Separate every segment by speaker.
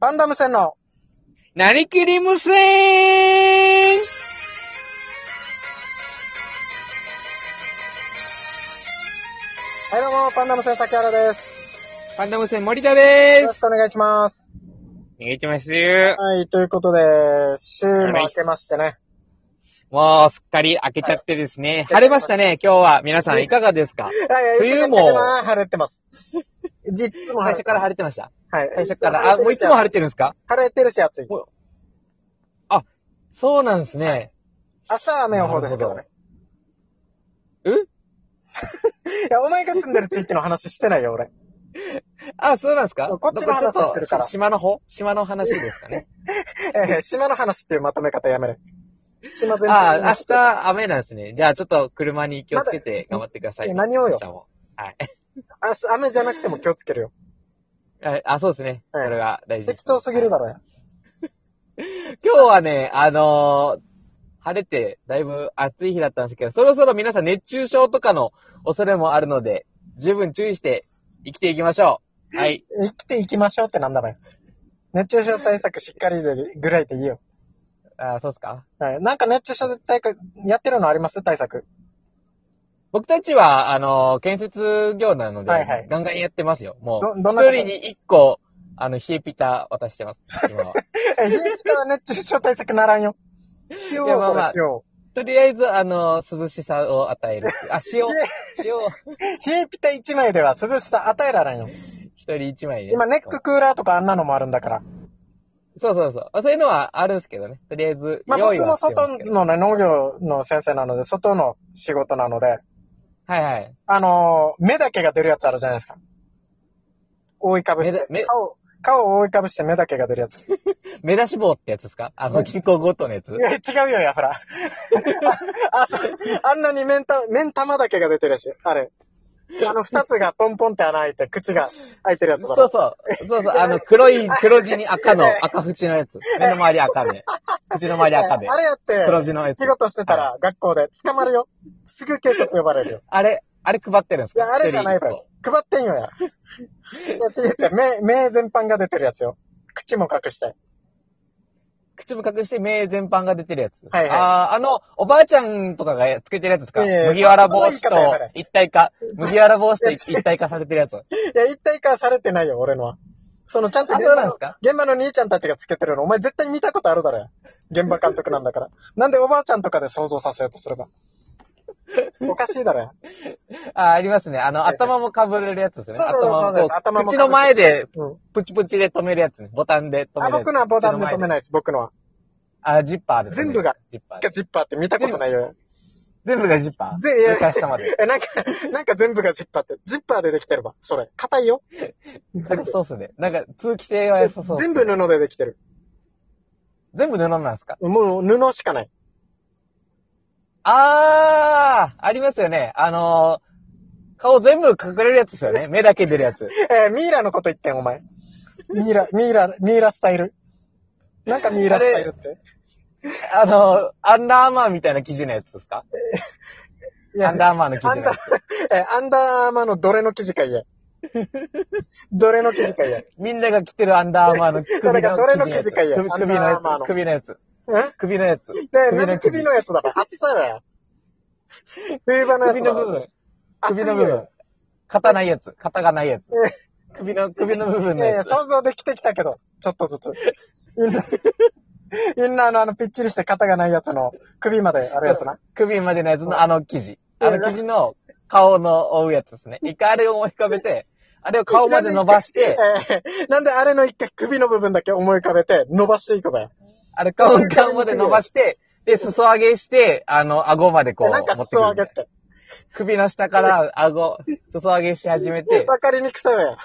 Speaker 1: バンダム戦の、
Speaker 2: なりきり無線
Speaker 1: はいどうも、パンダム戦竹原です。
Speaker 2: パンダム線森田で
Speaker 1: よろ
Speaker 2: す
Speaker 1: しくお願いします。
Speaker 2: 逃げてますよ。
Speaker 1: はい、ということで、週も明けましてね。
Speaker 2: もうすっかり明けちゃってですね。
Speaker 1: い
Speaker 2: 晴れましたね、今日は。皆さんいかがですか
Speaker 1: はい
Speaker 2: 梅雨も
Speaker 1: 晴れてます。実も
Speaker 2: 最初から
Speaker 1: 晴
Speaker 2: 晴れてました。
Speaker 1: れ、はい。
Speaker 2: 最初から。あ、もういつも晴れてるんですか
Speaker 1: 晴れてるし暑い。
Speaker 2: そうなんですね。
Speaker 1: 明日は雨予報ですけどね。
Speaker 2: え
Speaker 1: いや、お前が住んでる地域の話してないよ、俺。
Speaker 2: あ、そうなんですか
Speaker 1: こっちの話
Speaker 2: ど
Speaker 1: してるから
Speaker 2: し島の方島の話ですか ね。
Speaker 1: えー、島の話っていうまとめ方やめれ。島全
Speaker 2: あ、
Speaker 1: 体
Speaker 2: 明日雨なんですね。じゃあちょっと車に気をつけて
Speaker 1: まだ
Speaker 2: 頑張ってください。
Speaker 1: 何をよ
Speaker 2: 明日も。
Speaker 1: 明日雨じゃなくても気をつけるよ。
Speaker 2: ああ、そうですね。そ
Speaker 1: はい
Speaker 2: れが大事で
Speaker 1: 適
Speaker 2: す。
Speaker 1: 当すぎるだろや。
Speaker 2: 今日はね、あのー晴れて、だいぶ暑い日だったんですけど、そろそろ皆さん熱中症とかの恐れもあるので、十分注意して生きていきましょう。はい。
Speaker 1: 生きていきましょうってなんだばよ。熱中症対策しっかりでぐらいでいいよ。
Speaker 2: あーそうっすか
Speaker 1: はい。なんか熱中症対策、やってるのあります対策。
Speaker 2: 僕たちは、あのー建設業なので、
Speaker 1: はいはい
Speaker 2: ガンガンやってますよ。も
Speaker 1: ど
Speaker 2: う、
Speaker 1: ど
Speaker 2: 一
Speaker 1: んなこと
Speaker 2: 人に一個、あの、冷えピタ渡してます。今 は
Speaker 1: え、冷えピタは熱中症対策ならんよ。塩を
Speaker 2: いやまあ
Speaker 1: これ
Speaker 2: まあ
Speaker 1: しよ
Speaker 2: とりあえず、あのー涼しさを 与えるっていう。あ、塩、塩、
Speaker 1: う。冷えピタ1枚では涼しさ与えられんよ。
Speaker 2: 一人一枚で。
Speaker 1: 今ネッククーラーとかあんなのもあるんだから。
Speaker 2: そうそうそうあ。そういうのはあるんですけどね。とりあえず、
Speaker 1: まあ
Speaker 2: 用
Speaker 1: 僕
Speaker 2: 意
Speaker 1: も
Speaker 2: はしてま
Speaker 1: 外
Speaker 2: すけど。
Speaker 1: のね、農業の先生なので、外の仕事なので、
Speaker 2: はいはい。
Speaker 1: あのー目だけが出るやつあるじゃないですか。覆いかぶし
Speaker 2: 目だ目
Speaker 1: て。顔、顔を覆いかぶして目だけが出るやつ。い
Speaker 2: 目出し帽ってやつですかあの、銀行強盗のやつ
Speaker 1: や、違うよ、やほ ら。あ、そうあんなに目ん玉、目ん玉だけが出てるし、あれ。あの二つがポンポンって穴開いて、口が開いてるやつ
Speaker 2: そ
Speaker 1: だ
Speaker 2: う
Speaker 1: ろ。
Speaker 2: そう。そうそう。あの、黒い、黒地に赤の、赤縁のやつ。目の周り赤で。口の周り赤で
Speaker 1: あ。れやって、
Speaker 2: 黒地のやつ
Speaker 1: 仕。事してたら、学校で捕まるよ。すぐ警察呼ばれるよ。
Speaker 2: あれ、あれ配ってるんです
Speaker 1: い
Speaker 2: か
Speaker 1: や、あれじゃないだ
Speaker 2: 一
Speaker 1: ろ。配ってんよや。いや、違う違う。目、目全般が出てるやつよ。口も隠して。
Speaker 2: 人一個口も隠して目全般が出てるやつ。
Speaker 1: はいはい
Speaker 2: あーあの、おばあちゃんとかがつけてるやつですか
Speaker 1: いやいや
Speaker 2: 麦わら帽子
Speaker 1: そんな言い方やか
Speaker 2: と
Speaker 1: ら
Speaker 2: 一体化。麦わら帽子と一体化されてるやつ。
Speaker 1: いや、一体化されてないよ、俺のは。その、ちゃんと
Speaker 2: あ
Speaker 1: 現
Speaker 2: そう
Speaker 1: 場
Speaker 2: なん
Speaker 1: の
Speaker 2: ですか
Speaker 1: 現場の兄ちゃんたちがつけてるの、お前絶対見たことあるだろや。現場監督なんだから。なんでおばあちゃんとかで想像させようとすれば。おかしいだろや。
Speaker 2: あー、ありますね。あの、
Speaker 1: はいはい
Speaker 2: 頭も被れるやつですよね。
Speaker 1: そうそうそう
Speaker 2: 頭
Speaker 1: そう
Speaker 2: も
Speaker 1: です頭も
Speaker 2: こう、
Speaker 1: 被る
Speaker 2: 口の前で、
Speaker 1: うん。
Speaker 2: プチプチで止めるやつね。ボタンで止め
Speaker 1: あ、
Speaker 2: るやつ。
Speaker 1: 僕のはボタンで止め
Speaker 2: ない。
Speaker 1: ないです、僕のは。
Speaker 2: あ、ジッパーです、ね。
Speaker 1: 全部が。
Speaker 2: ジッパー
Speaker 1: ジッパーって見たことないよ。
Speaker 2: 全部がジッパー
Speaker 1: ぜいや
Speaker 2: 床下まで。
Speaker 1: え、なんか、なんか全部がジッパーって。ジッパーでできてるわ。それ。硬いよ。
Speaker 2: なんかそうっすね。なんか通気性は良さそうっす
Speaker 1: 全
Speaker 2: ね。
Speaker 1: 部布でできてる。
Speaker 2: 全部布なんすか
Speaker 1: もう布しかない。
Speaker 2: あー、ありますよね。あのー、顔全部隠れるやつですよね。目だけ出るやつ。
Speaker 1: えーミイラのこと言ってん、お前。ミイラ、ミイラ、ミイラスタイル。なんかミイラスタイルって。
Speaker 2: あのー、アンダーアーマーみたいな生地のやつですか
Speaker 1: い
Speaker 2: アンダーアーマーの生
Speaker 1: ア
Speaker 2: 地
Speaker 1: ン
Speaker 2: の
Speaker 1: ダ
Speaker 2: や
Speaker 1: ー
Speaker 2: つ。、
Speaker 1: えー、アンダーアーマーのどれの生地か言え。どれの生地か言え。
Speaker 2: みんなが着てるアンダーアーマーの首の
Speaker 1: それがどれの
Speaker 2: 生地のやつ
Speaker 1: 生地か言え
Speaker 2: 首首の
Speaker 1: アンダー
Speaker 2: や
Speaker 1: アーマー
Speaker 2: つ。
Speaker 1: の
Speaker 2: 首のやつ。
Speaker 1: ん
Speaker 2: 首のやつ。
Speaker 1: で、
Speaker 2: 首の
Speaker 1: 何首のやつだから、厚さだよ。冬場のやつ
Speaker 2: 首
Speaker 1: だ
Speaker 2: の部分。首の部分。。肩ないやつ。肩がないやつ。首の、首の部分
Speaker 1: い
Speaker 2: の
Speaker 1: やい
Speaker 2: や
Speaker 1: や、
Speaker 2: つ。
Speaker 1: 想像できてきたけど、ちょっとずつ。インナー、インナーのあの、ぴっちりして肩がないやつの首まであるやつな。
Speaker 2: 首までのやつのあの生地。あの生地の顔の覆うやつですね。一回あれを思い浮かべて、あれを顔まで伸ばして、
Speaker 1: えーなんであれの一回首の部分だけ思い浮かべて伸ばしていくばよ。
Speaker 2: あれ顔、顔まで伸ばして、で、裾上げして、あの、顎までこう、
Speaker 1: なんか
Speaker 2: 持って
Speaker 1: 裾
Speaker 2: く
Speaker 1: 上
Speaker 2: る
Speaker 1: げって。
Speaker 2: 首の下から顎、裾上げし始めて、
Speaker 1: わかりにくさよや。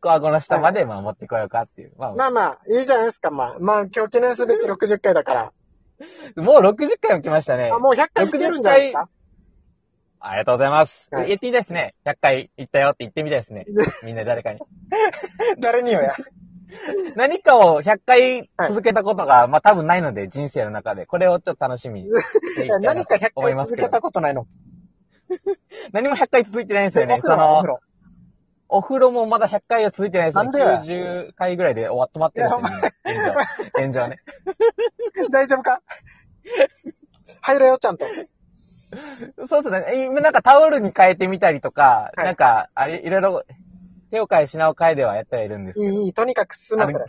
Speaker 2: こう顎の下まで、まあ持ってこようかっていう。ま
Speaker 1: まあまあ、いいじゃないですか、まあ。まあ、今日記念すべき60回だから。
Speaker 2: あ、もう60回も来ましたね
Speaker 1: あ、。もう100回いけるんじゃないですか
Speaker 2: ありがとうございます。
Speaker 1: はい
Speaker 2: 言ってみたいですね。100回行ったよって言ってみた いですね。みんな誰かに。
Speaker 1: 誰によや。
Speaker 2: 何かを100回続けたことが、まあ多分ないので、人生の中で。これをちょっと楽し みにしていきたいな
Speaker 1: 何か
Speaker 2: と
Speaker 1: 100
Speaker 2: 思い
Speaker 1: 回
Speaker 2: ます
Speaker 1: 続
Speaker 2: け
Speaker 1: け
Speaker 2: ど
Speaker 1: た。ことないの。
Speaker 2: 何も100回続いてないんですよ
Speaker 1: お
Speaker 2: ね。
Speaker 1: 風
Speaker 2: そ
Speaker 1: 呂はお風
Speaker 2: の、
Speaker 1: 呂。
Speaker 2: お風呂もまだ100回は続いてないですね。
Speaker 1: なんでや
Speaker 2: 90回ぐらいで終わ止まってるんですよ、ね。 現状。現状はね。
Speaker 1: 大丈夫か 入れよ、ちゃんと。
Speaker 2: そうですね。今なんかタオルに変えてみたりとか、
Speaker 1: はい
Speaker 2: なんか、あれ、いろいろ、手を変え品を変えではやってはいるんですけど。
Speaker 1: いい、いい、とにかく進ませる。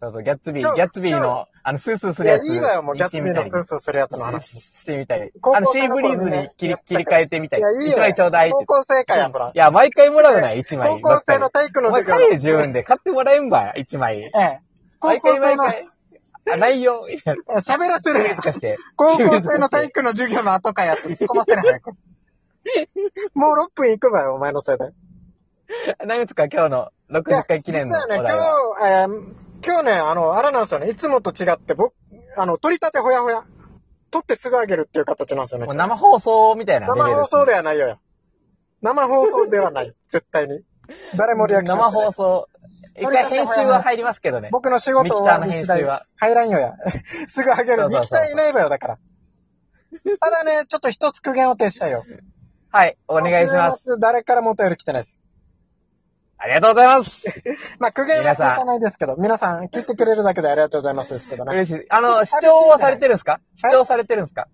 Speaker 2: そうそう、ギャッツビ
Speaker 1: 今
Speaker 2: ー、
Speaker 1: 日
Speaker 2: ギャッツビー
Speaker 1: 今
Speaker 2: の、あの、スースーす
Speaker 1: い
Speaker 2: るや
Speaker 1: や、
Speaker 2: つ。
Speaker 1: いいのよ、もう、ギャッツビーのスー
Speaker 2: ー
Speaker 1: スーするやつの話。
Speaker 2: してみたり。
Speaker 1: 高校
Speaker 2: あの、シ
Speaker 1: 生
Speaker 2: ー
Speaker 1: の
Speaker 2: ブ
Speaker 1: 頃
Speaker 2: リ
Speaker 1: ね
Speaker 2: ーズに切
Speaker 1: や
Speaker 2: り
Speaker 1: ったけ
Speaker 2: 切
Speaker 1: ど
Speaker 2: り替えてみた
Speaker 1: い
Speaker 2: り
Speaker 1: や、いい。
Speaker 2: 一枚ちょうだいっ
Speaker 1: 高
Speaker 2: て。
Speaker 1: 校生かや、ほら
Speaker 2: い。や、毎回もらうな、一枚。
Speaker 1: 高校生の体育の
Speaker 2: ばっ
Speaker 1: 授
Speaker 2: か
Speaker 1: 業。
Speaker 2: り。お前、彼10円で買ってもらえんば、一枚。
Speaker 1: ええ。高
Speaker 2: 毎
Speaker 1: 校
Speaker 2: 回
Speaker 1: 生
Speaker 2: 毎
Speaker 1: の、
Speaker 2: 回。あ、ないよ。いや
Speaker 1: 喋らせ
Speaker 2: シュ
Speaker 1: る
Speaker 2: ー。ズ化して。
Speaker 1: 高校
Speaker 2: シューズ化
Speaker 1: 生
Speaker 2: して
Speaker 1: の体育の授業の後かやって突っ込ませない。 もう6分いくわよ、お前のせいで。
Speaker 2: 何ですか、今日の60回記念
Speaker 1: 実
Speaker 2: の
Speaker 1: は
Speaker 2: お
Speaker 1: ね、
Speaker 2: 題
Speaker 1: 今
Speaker 2: は。
Speaker 1: 日、えー今日ね、あの、あれなんですよね。いつもと違って、僕、あの、取り立てほやほや。取ってすぐあげるっていう形なんですよね
Speaker 2: もう。生放送みたいなレベル
Speaker 1: 生
Speaker 2: すね。
Speaker 1: 放送ではないよや。生放送ではない。 絶対に。誰もリアクションし
Speaker 2: 生
Speaker 1: てない
Speaker 2: 放送。一回編集は入りますけどね。
Speaker 1: 僕の仕事終わり次第
Speaker 2: ミキサーの編集は
Speaker 1: 入らんよや。 すぐあげ
Speaker 2: そ
Speaker 1: る。
Speaker 2: う
Speaker 1: ミ
Speaker 2: そうそう
Speaker 1: キサーいないわよ、だから。ただね、ちょっと一つ苦言を呈したいよ。
Speaker 2: はい、お願いします。
Speaker 1: す。誰からもお便り来てないです。
Speaker 2: ありがとうございます。
Speaker 1: まあ、苦言は聞かないですけど、皆さん聞いてくれるだけでありがとうございますですけどね。
Speaker 2: 嬉しい。あの、視聴はされてるんですか視聴されてるんですか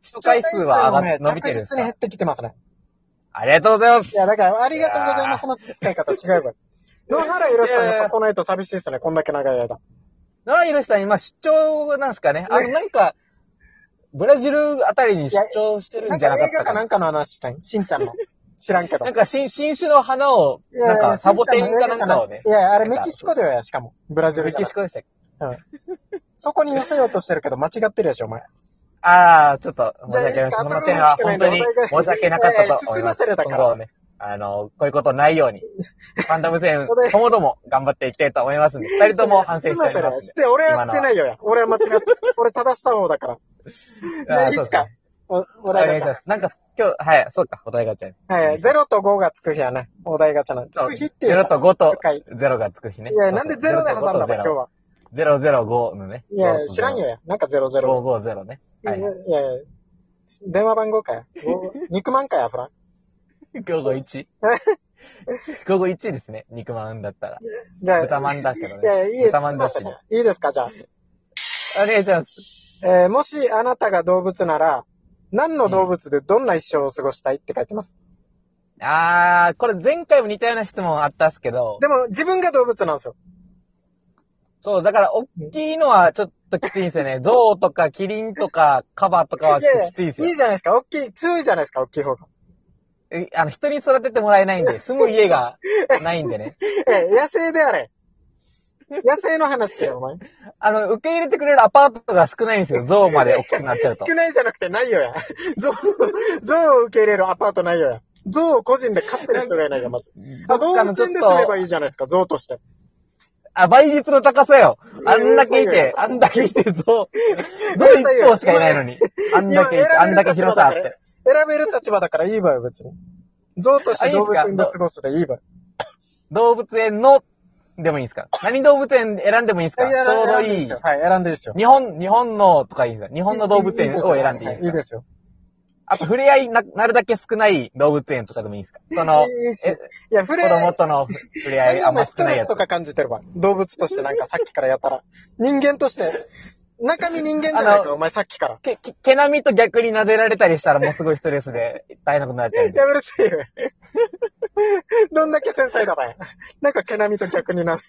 Speaker 2: 視聴回数は上
Speaker 1: 視聴
Speaker 2: がっ
Speaker 1: 回数もね
Speaker 2: 伸びてるんで
Speaker 1: 着実
Speaker 2: す
Speaker 1: に
Speaker 2: か
Speaker 1: 減ってきてますね。
Speaker 2: ありがとうございま
Speaker 1: い
Speaker 2: す。
Speaker 1: や、だから、ありがとうございますの使い方違うわ。野原ゆろしさんやっぱ来ないと寂しいですね、こんだけ長い間。
Speaker 2: 奈良ゆるしさん、今出張なんですかねあの、なんか、ブラジルあたりに出張してる
Speaker 1: なん
Speaker 2: んじゃ
Speaker 1: か
Speaker 2: なかっ
Speaker 1: 映
Speaker 2: た
Speaker 1: 画
Speaker 2: か
Speaker 1: か
Speaker 2: な
Speaker 1: なんかの話したい。しんちゃ んの。知らんけど
Speaker 2: なん。か新、新種の花を、
Speaker 1: いやいや
Speaker 2: なんか、サボテンかなんかをね
Speaker 1: い、やいや、あれメキシコだよや、しかも。ブラジル
Speaker 2: メ
Speaker 1: じゃ
Speaker 2: キ
Speaker 1: な
Speaker 2: シ
Speaker 1: い
Speaker 2: コでしたっけ
Speaker 1: そこに寄せようとしてるけど、間違ってるやし、お前。
Speaker 2: ああ、ちょっと、申し訳ないです。
Speaker 1: じゃあ
Speaker 2: この点は本当に申し訳なかったと思います。
Speaker 1: いやいや進ませるだから
Speaker 2: 今後ね、あの、こういうことないよ うに、ファンダム戦
Speaker 1: ここで、
Speaker 2: ともども頑張っていきたいと思いますんで、二人とも反省しておりま
Speaker 1: 進めてるし
Speaker 2: す。
Speaker 1: て、俺はしてないよや。俺は間違って、俺正した方だから。じゃあ、いいっす
Speaker 2: あ
Speaker 1: か
Speaker 2: ー。
Speaker 1: お、お
Speaker 2: お願
Speaker 1: 題
Speaker 2: いし
Speaker 1: ガチ
Speaker 2: ます。なんか、今日、はい、そうか、お題ガチャ。
Speaker 1: ャ。はい、0と5がつく日やね。お題ガチャなんで。つく日っていうか。
Speaker 2: 0と5と
Speaker 1: 深い
Speaker 2: 0がつく日ね。
Speaker 1: いや、なんでゼロで挟んだの
Speaker 2: 0と
Speaker 1: 今
Speaker 2: 5
Speaker 1: 日
Speaker 2: と
Speaker 1: は。
Speaker 2: 0 005のね。
Speaker 1: いや、知らんよ
Speaker 2: よ。
Speaker 1: や。なんかゼロゼロ。
Speaker 2: 550ね。はいい。
Speaker 1: やいや、電話番号 かや。ご肉まんかや、ほら。
Speaker 2: 551。551ですね。肉まんだったら。
Speaker 1: じゃあ、
Speaker 2: 豚まんだけど
Speaker 1: いや、
Speaker 2: ね。
Speaker 1: いいです。
Speaker 2: 豚まんだしね。
Speaker 1: いいですか、じゃあ。
Speaker 2: お願いします。
Speaker 1: えーもしあなたが動物なら、何の動物でどんな一生を過ごしたいって書いてます。
Speaker 2: あー、これ前回も似たような質問あったっすけど、
Speaker 1: でも、自分が動物なんですよ。
Speaker 2: そう、だから、大きいのはちょっときついんですよね。象とか、キリンとか、カバとかはちょっときついんです
Speaker 1: いい
Speaker 2: よ。
Speaker 1: じゃないですか。大きい、強いじゃないですか、大きい方が。
Speaker 2: えあの、人に育ててもらえないんで、住む家がないんでね。
Speaker 1: えー野生であ れ。野生の話よ、お前。
Speaker 2: あの、受け入れてくれるアパートが少ないんですよ。象まで大きくなっちゃうと
Speaker 1: 少。ないじゃなくてないよや。 ゾウ、ゾウを受け入れるアパートないよや。ゾウを個人で飼ってる人がいないよ、まず。
Speaker 2: ど
Speaker 1: あ、
Speaker 2: っ
Speaker 1: 動
Speaker 2: か
Speaker 1: 物
Speaker 2: のちょっ
Speaker 1: 園ですれば
Speaker 2: と、
Speaker 1: いいじゃないですか、ゾウとして。
Speaker 2: あ、倍率の高さよ。あんだけいて、あんだけいて、 象。象一頭しかいないのに。あんだけいて、あんだけ広さあって。
Speaker 1: 選べる立場だからいいわよ、別に。ゾウとして動物園で過ごすでいいわよ。
Speaker 2: 動物園の、でもいいんですか何動物園選んでもいいんですか
Speaker 1: いや
Speaker 2: ちょうど
Speaker 1: 選んでい
Speaker 2: い
Speaker 1: で
Speaker 2: い
Speaker 1: す。よはい、選んでいいですよ。
Speaker 2: 日本、日本のとかいいんですか日本の動物園を選んでいいです
Speaker 1: い
Speaker 2: か
Speaker 1: いですよ。
Speaker 2: あと、触れ合いな、なるだけ少ない動物園とかでもいいんですかそ
Speaker 1: い
Speaker 2: の、
Speaker 1: いです
Speaker 2: え
Speaker 1: よいや、触れ
Speaker 2: 子
Speaker 1: 合
Speaker 2: 供
Speaker 1: い、
Speaker 2: との触れ合いあ
Speaker 1: 今
Speaker 2: ん
Speaker 1: も
Speaker 2: ま
Speaker 1: ス
Speaker 2: 少
Speaker 1: ト
Speaker 2: ない
Speaker 1: レ
Speaker 2: や
Speaker 1: スと
Speaker 2: つ。
Speaker 1: か感じてるわ。動物としてなんかさっきからやったら。人間として、中身人間じゃない
Speaker 2: あ
Speaker 1: か、お前さっきから。
Speaker 2: け、け、毛並みと逆に撫でられたりしたらもうすごいストレスで大変なことになっちゃうんで
Speaker 1: や。めるせえよ。どんだけ繊細だばい。なんか毛並みと逆になる。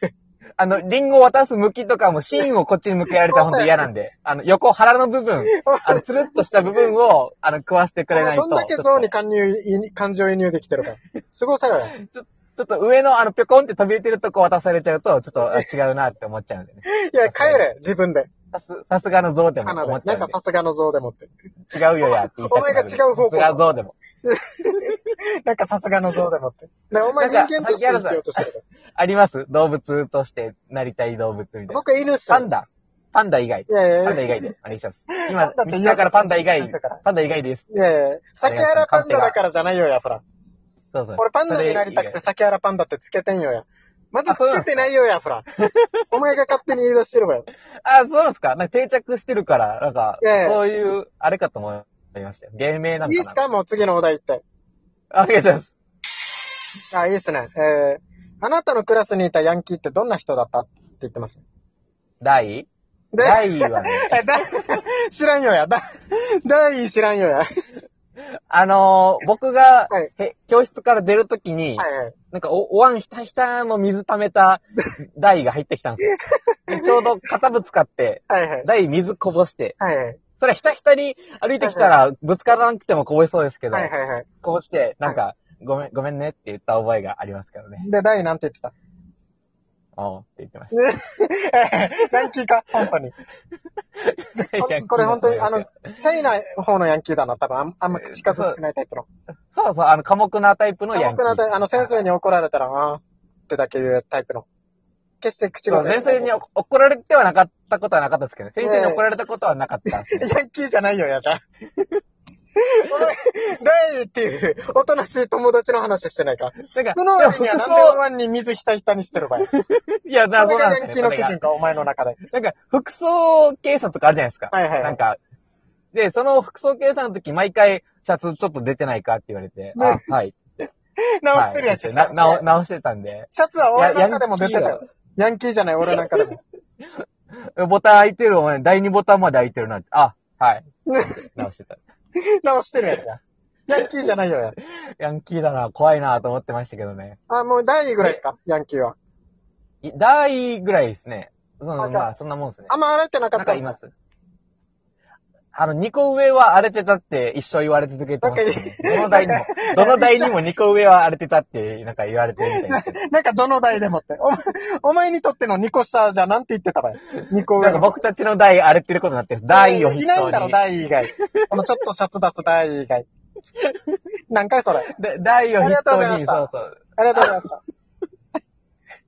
Speaker 2: あの、リンゴ渡す向きとかも芯をこっちに向けられたら本当嫌なんで、あの、横腹の部分、あの、つるっとした部分を、あの、食わせてくれないと。
Speaker 1: どんだけ
Speaker 2: ちょ
Speaker 1: ゾ
Speaker 2: っと
Speaker 1: ウに感入い、感情移入できてるか。すごさよ。
Speaker 2: ちょっと上のあの、ぴょこんって飛び出てるとこ渡されちゃうと、ちょっとあ違うなって思っちゃうんでね。
Speaker 1: いや、帰れ、自分で。
Speaker 2: さす、さすがの象って思
Speaker 1: 花
Speaker 2: っ
Speaker 1: で。
Speaker 2: ちゃ
Speaker 1: な
Speaker 2: うんんで
Speaker 1: か。さすがのゾウでもって。
Speaker 2: 違うよやって言いたくな
Speaker 1: お前
Speaker 2: る。
Speaker 1: が違う方向
Speaker 2: さすが象でも。
Speaker 1: なんかさすがのゾウでもって。でお前人
Speaker 2: なん
Speaker 1: 間
Speaker 2: か
Speaker 1: として生きようとしてるから。
Speaker 2: あります動物としてなりたい動物みたいな。
Speaker 1: 僕犬っす。
Speaker 2: パン。ダ。パンダ以外。
Speaker 1: いやいや
Speaker 2: パン
Speaker 1: いや。い
Speaker 2: ダ以外で。お願いします。
Speaker 1: パ
Speaker 2: 今
Speaker 1: ンダっ、て
Speaker 2: ミスターからパンダ以外
Speaker 1: 言い方してるから、
Speaker 2: パンダ以外です。
Speaker 1: やいや。先原パンダだからじゃないよや、ほら。
Speaker 2: そうそう。
Speaker 1: 俺パンダになりたくて
Speaker 2: そ
Speaker 1: 先原パンダってつけてんよや。まず
Speaker 2: あそ
Speaker 1: つ
Speaker 2: うな
Speaker 1: け
Speaker 2: ん
Speaker 1: てないよや、ほ ら。お前が勝手に言い出してるわよ。
Speaker 2: れ以外。あ、そうなんですかなんか定着してるから、なんか、
Speaker 1: いやいや
Speaker 2: そういう、あれかと思いましたよ。芸名ないの
Speaker 1: い
Speaker 2: か
Speaker 1: っ
Speaker 2: な
Speaker 1: すかもう次のお題行って。
Speaker 2: あお願いします。
Speaker 1: あ、いいですね。えー、あなたのクラスにいたヤンキーってどんな人だったって言ってます。
Speaker 2: 第
Speaker 1: で、
Speaker 2: 第はね、
Speaker 1: えだ 知らんよや。だ、第一知らんよや。は
Speaker 2: あのー僕が、
Speaker 1: はい
Speaker 2: へ教室から出るときに、
Speaker 1: いはい。
Speaker 2: なんかお、お椀ひたひたの水溜め た台が入ってきたんですよ。でちょうど肩ぶつかって、
Speaker 1: はいはい。
Speaker 2: 台水こぼして、
Speaker 1: はいはい。
Speaker 2: それひたひたに歩いてきたら、ぶつからなくてもこぼれそうですけど、
Speaker 1: はいはいはい。
Speaker 2: こぼして、なんか、ごめん、ごめんねって言った覚えがありますけどね。
Speaker 1: で、第なんて言ってた
Speaker 2: おうって言ってまし
Speaker 1: ヤンキーか本当 に。
Speaker 2: た。
Speaker 1: これ本当に、あの、シャイな方のヤンキーだな、多分。あんあんま口数少ないタイプの。
Speaker 2: そうそう、あの、寡黙なタイプのヤンキ
Speaker 1: 僕
Speaker 2: ー。
Speaker 1: のあの、先生に怒られたら、あーってだけ言うタイプの。決して口
Speaker 2: そう
Speaker 1: が。
Speaker 2: 先生にお怒られてはなかったことはなかったですけどね。先生に怒られたことはなかったんですね。
Speaker 1: ヤンキーじゃないよ、やじゃん。ライっていう、おとなしい友達の話してないか。
Speaker 2: なんか、
Speaker 1: その割には
Speaker 2: 服
Speaker 1: 何で
Speaker 2: 装
Speaker 1: ワンに水ひたひたにしてる場合。そ
Speaker 2: いや、な、
Speaker 1: れ
Speaker 2: そう
Speaker 1: が
Speaker 2: なんです
Speaker 1: ヤンキーの
Speaker 2: ね。それ
Speaker 1: 基
Speaker 2: が
Speaker 1: 準か、お前の中で。
Speaker 2: なんか、服装警察とかあるじゃないですか。
Speaker 1: はいはいはい
Speaker 2: なんか、で、その服装警察の時、毎回、シャツちょっと出てないかって言われて、あ、はい。
Speaker 1: 直してるやつし
Speaker 2: は
Speaker 1: か
Speaker 2: いな直直してたんで、
Speaker 1: シャツは俺なんかでも出てたよ。ヤンキーじゃない、俺なんかでも。
Speaker 2: ボタン開いてる、お前、第二ボタンまで開いてるなんて、あ、はい。直してた。
Speaker 1: 直してるやつや。ヤンキーじゃないよ、や。
Speaker 2: ヤンキーだな、怖いなと思ってましたけどね。
Speaker 1: あ、もう第位ぐらいですか、ヤンキーは。
Speaker 2: い第ぐらいですね。その、
Speaker 1: あじゃあ
Speaker 2: まあ、そんなもんですね。
Speaker 1: あんま荒れてなかっ
Speaker 2: な
Speaker 1: た
Speaker 2: んか
Speaker 1: んで
Speaker 2: い
Speaker 1: す
Speaker 2: ま
Speaker 1: か
Speaker 2: す。あの、2個上は荒れてたって一生言われ続けてますよね。どの台 にも、どの台にも2個上は荒れてたって、なんか言われてるみた いですけど。
Speaker 1: なんかどの代でもって。お前、お前にとっての2個下じゃなんて言ってたばよ。2個
Speaker 2: な
Speaker 1: 上
Speaker 2: ん
Speaker 1: の。
Speaker 2: か僕たちの台荒れてることになってる。台を筆
Speaker 1: い
Speaker 2: 頭
Speaker 1: な
Speaker 2: に。
Speaker 1: いんだろ、台以外。このちょっとシャツ出す台以外。何回それ。
Speaker 2: だ台を
Speaker 1: あり
Speaker 2: 筆頭に。
Speaker 1: がとうございました
Speaker 2: そうそう。
Speaker 1: ありがとうございました。